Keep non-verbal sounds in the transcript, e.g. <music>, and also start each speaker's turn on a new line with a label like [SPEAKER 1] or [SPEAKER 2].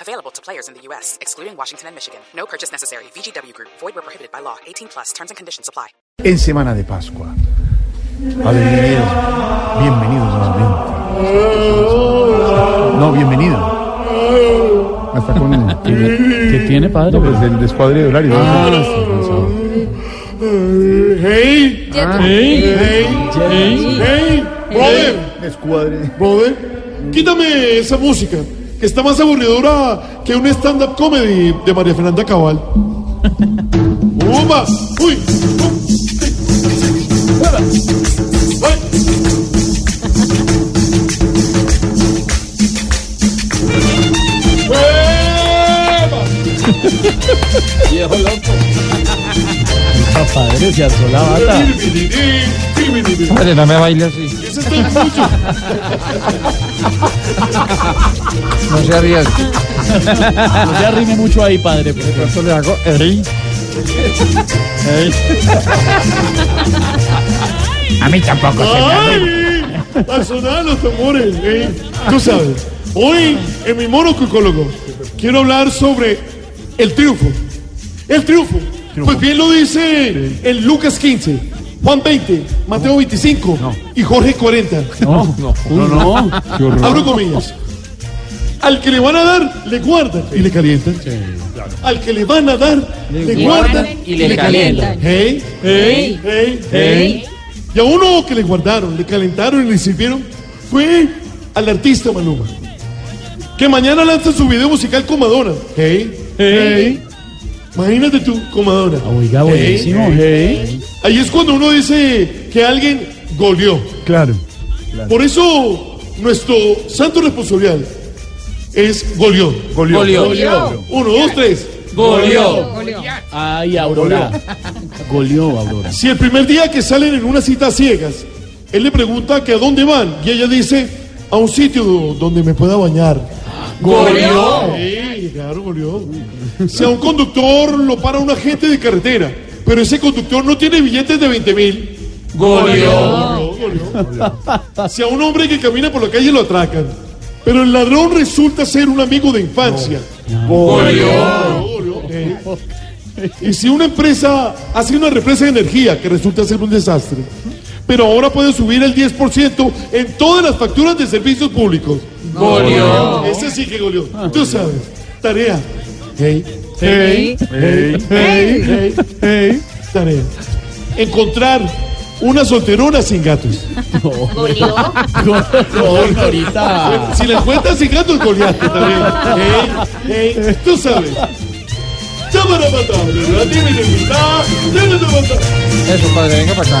[SPEAKER 1] Available to players in the U.S., excluding Washington and Michigan. No purchase necessary. VGW Group, void were prohibited by law. 18 plus terms and conditions apply.
[SPEAKER 2] en Semana de Pascua. A ver, bienvenidos. Bienvenidos más bien. No, bienvenido. Hasta con el,
[SPEAKER 3] Mm, ¿Qué tiene, padre? Ah.
[SPEAKER 2] pues, el descuadre de horario.
[SPEAKER 4] Hey,
[SPEAKER 3] Ey,
[SPEAKER 4] hey,
[SPEAKER 3] ey,
[SPEAKER 4] hey, brother,
[SPEAKER 2] Descuadre.
[SPEAKER 4] brother, quítame esa música, que está más aburridora que un stand-up comedy de María Fernanda <laughs> Cabal. ¡Umas! ¡Uy! um, fuera, fuera. ¡Uepa!
[SPEAKER 3] Ah, padre, se alzó la bata.
[SPEAKER 2] Padre, no me baile así.
[SPEAKER 4] Ese está en mucho.
[SPEAKER 2] No se arriesgue.
[SPEAKER 3] No se arrime mucho ahí, padre. porque-
[SPEAKER 2] Eso le hago. Ey. Ey. A mí tampoco.
[SPEAKER 4] ¡Ay! Al sonar los tambores, eh, tú sabes. Hoy, en mi monococólogo, quiero hablar sobre el triunfo. El triunfo. Pues bien lo dice el Lucas 15, Juan 20, Mateo 25 y Jorge 40.
[SPEAKER 3] Uy, no.
[SPEAKER 4] Abro comillas. Al que le van a dar, le guardan y le calientan. Al que le van a dar, le guardan
[SPEAKER 5] y le calientan.
[SPEAKER 4] Hey, hey, hey, hey. Y a uno que le guardaron, le calentaron y le sirvieron fue al artista Maluma. Que mañana lanza su video musical con Madonna. Hey, hey. Imagínate tú con Madonna.
[SPEAKER 3] Oiga, buenísimo.
[SPEAKER 4] Ahí es cuando uno dice que alguien goleó.
[SPEAKER 2] Claro.
[SPEAKER 4] Por eso nuestro santo responsorial es goleó.
[SPEAKER 2] Golió.
[SPEAKER 4] Uno, dos, tres.
[SPEAKER 3] Goleó. Ay, Aurora. Goleó, Aurora.
[SPEAKER 4] Si el primer día que salen en una cita a ciegas, él le pregunta que a dónde van y ella dice a un sitio do- donde me pueda bañar.
[SPEAKER 5] Goleó.
[SPEAKER 4] Sí, claro, goleó. Si a un conductor lo para un agente de carretera, pero ese conductor no tiene billetes de 20 mil.
[SPEAKER 5] Goleó.
[SPEAKER 4] Si a un hombre que camina por la calle lo atracan, pero el ladrón resulta ser un amigo de infancia. Goleó. Eh. Y si una empresa hace una represa de energía que resulta ser un desastre, pero ahora puede subir el 10% en todas las facturas de servicios públicos.
[SPEAKER 5] Goleó.
[SPEAKER 4] Ese sí que goleó. Tú sabes. Tarea. Hey.
[SPEAKER 5] Hey.
[SPEAKER 4] Hey. Hey. Hey. Hey. Tarea. Encontrar una solterona sin gatos.
[SPEAKER 3] Goleó, Aurorita.
[SPEAKER 4] Si la encuentras sin gatos, goleaste también. Hey. Hey. Tú sabes. Chámara matar, ¿verdad? Dime de verdad, dime de verdad.
[SPEAKER 2] Eso, padre, venga para acá.